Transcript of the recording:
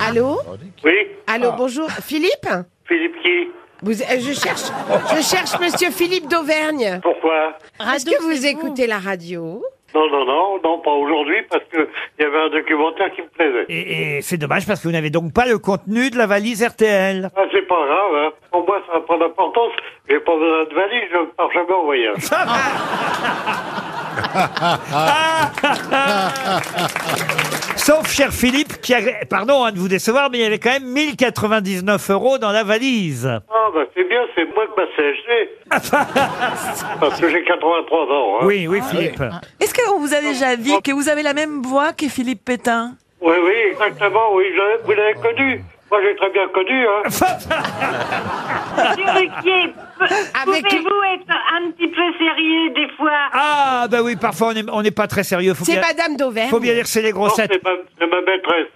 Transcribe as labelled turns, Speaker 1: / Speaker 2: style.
Speaker 1: Allô
Speaker 2: Oui,
Speaker 1: Allô, bonjour. Philippe
Speaker 2: Philippe qui
Speaker 1: vous, euh, Je cherche je cherche Monsieur Philippe d'Auvergne.
Speaker 2: Pourquoi
Speaker 1: Est-ce que vous écoutez la radio
Speaker 2: Non, non, non, non, pas aujourd'hui, parce que il y avait un documentaire qui me plaisait.
Speaker 3: Et, et c'est dommage parce que vous n'avez donc pas le contenu de la valise RTL.
Speaker 2: Ah, c'est pas grave, hein. Pour moi, ça n'a pas d'importance. J'ai pas besoin de valise, je pars jamais en voyage.
Speaker 3: Sauf, cher Philippe, qui a, pardon hein, de vous décevoir, mais il y avait quand même 1099 euros dans la valise.
Speaker 2: Ah, bah, c'est bien, c'est moi que ma CSG. parce que j'ai 83 ans, hein.
Speaker 3: Oui, Ah, oui, Philippe.
Speaker 4: Est-ce qu'on vous a déjà dit que vous avez la même voix que Philippe Pétain
Speaker 2: Oui, oui, exactement, oui, je- vous l'avez connu. Moi, j'ai très bien connu, hein.
Speaker 5: Monsieur Ruquier, pe-
Speaker 1: Avec-
Speaker 5: pouvez-vous être un petit peu sérieux des fois
Speaker 3: Ah, bah oui, parfois on n'est on n'est pas très sérieux. Faut
Speaker 1: C'est
Speaker 3: bien,
Speaker 1: Madame
Speaker 3: faut
Speaker 1: d'Auvergne.
Speaker 3: bien dire que c'est les
Speaker 2: Non,
Speaker 3: grossettes.
Speaker 2: c'est ma, c'est ma maîtresse.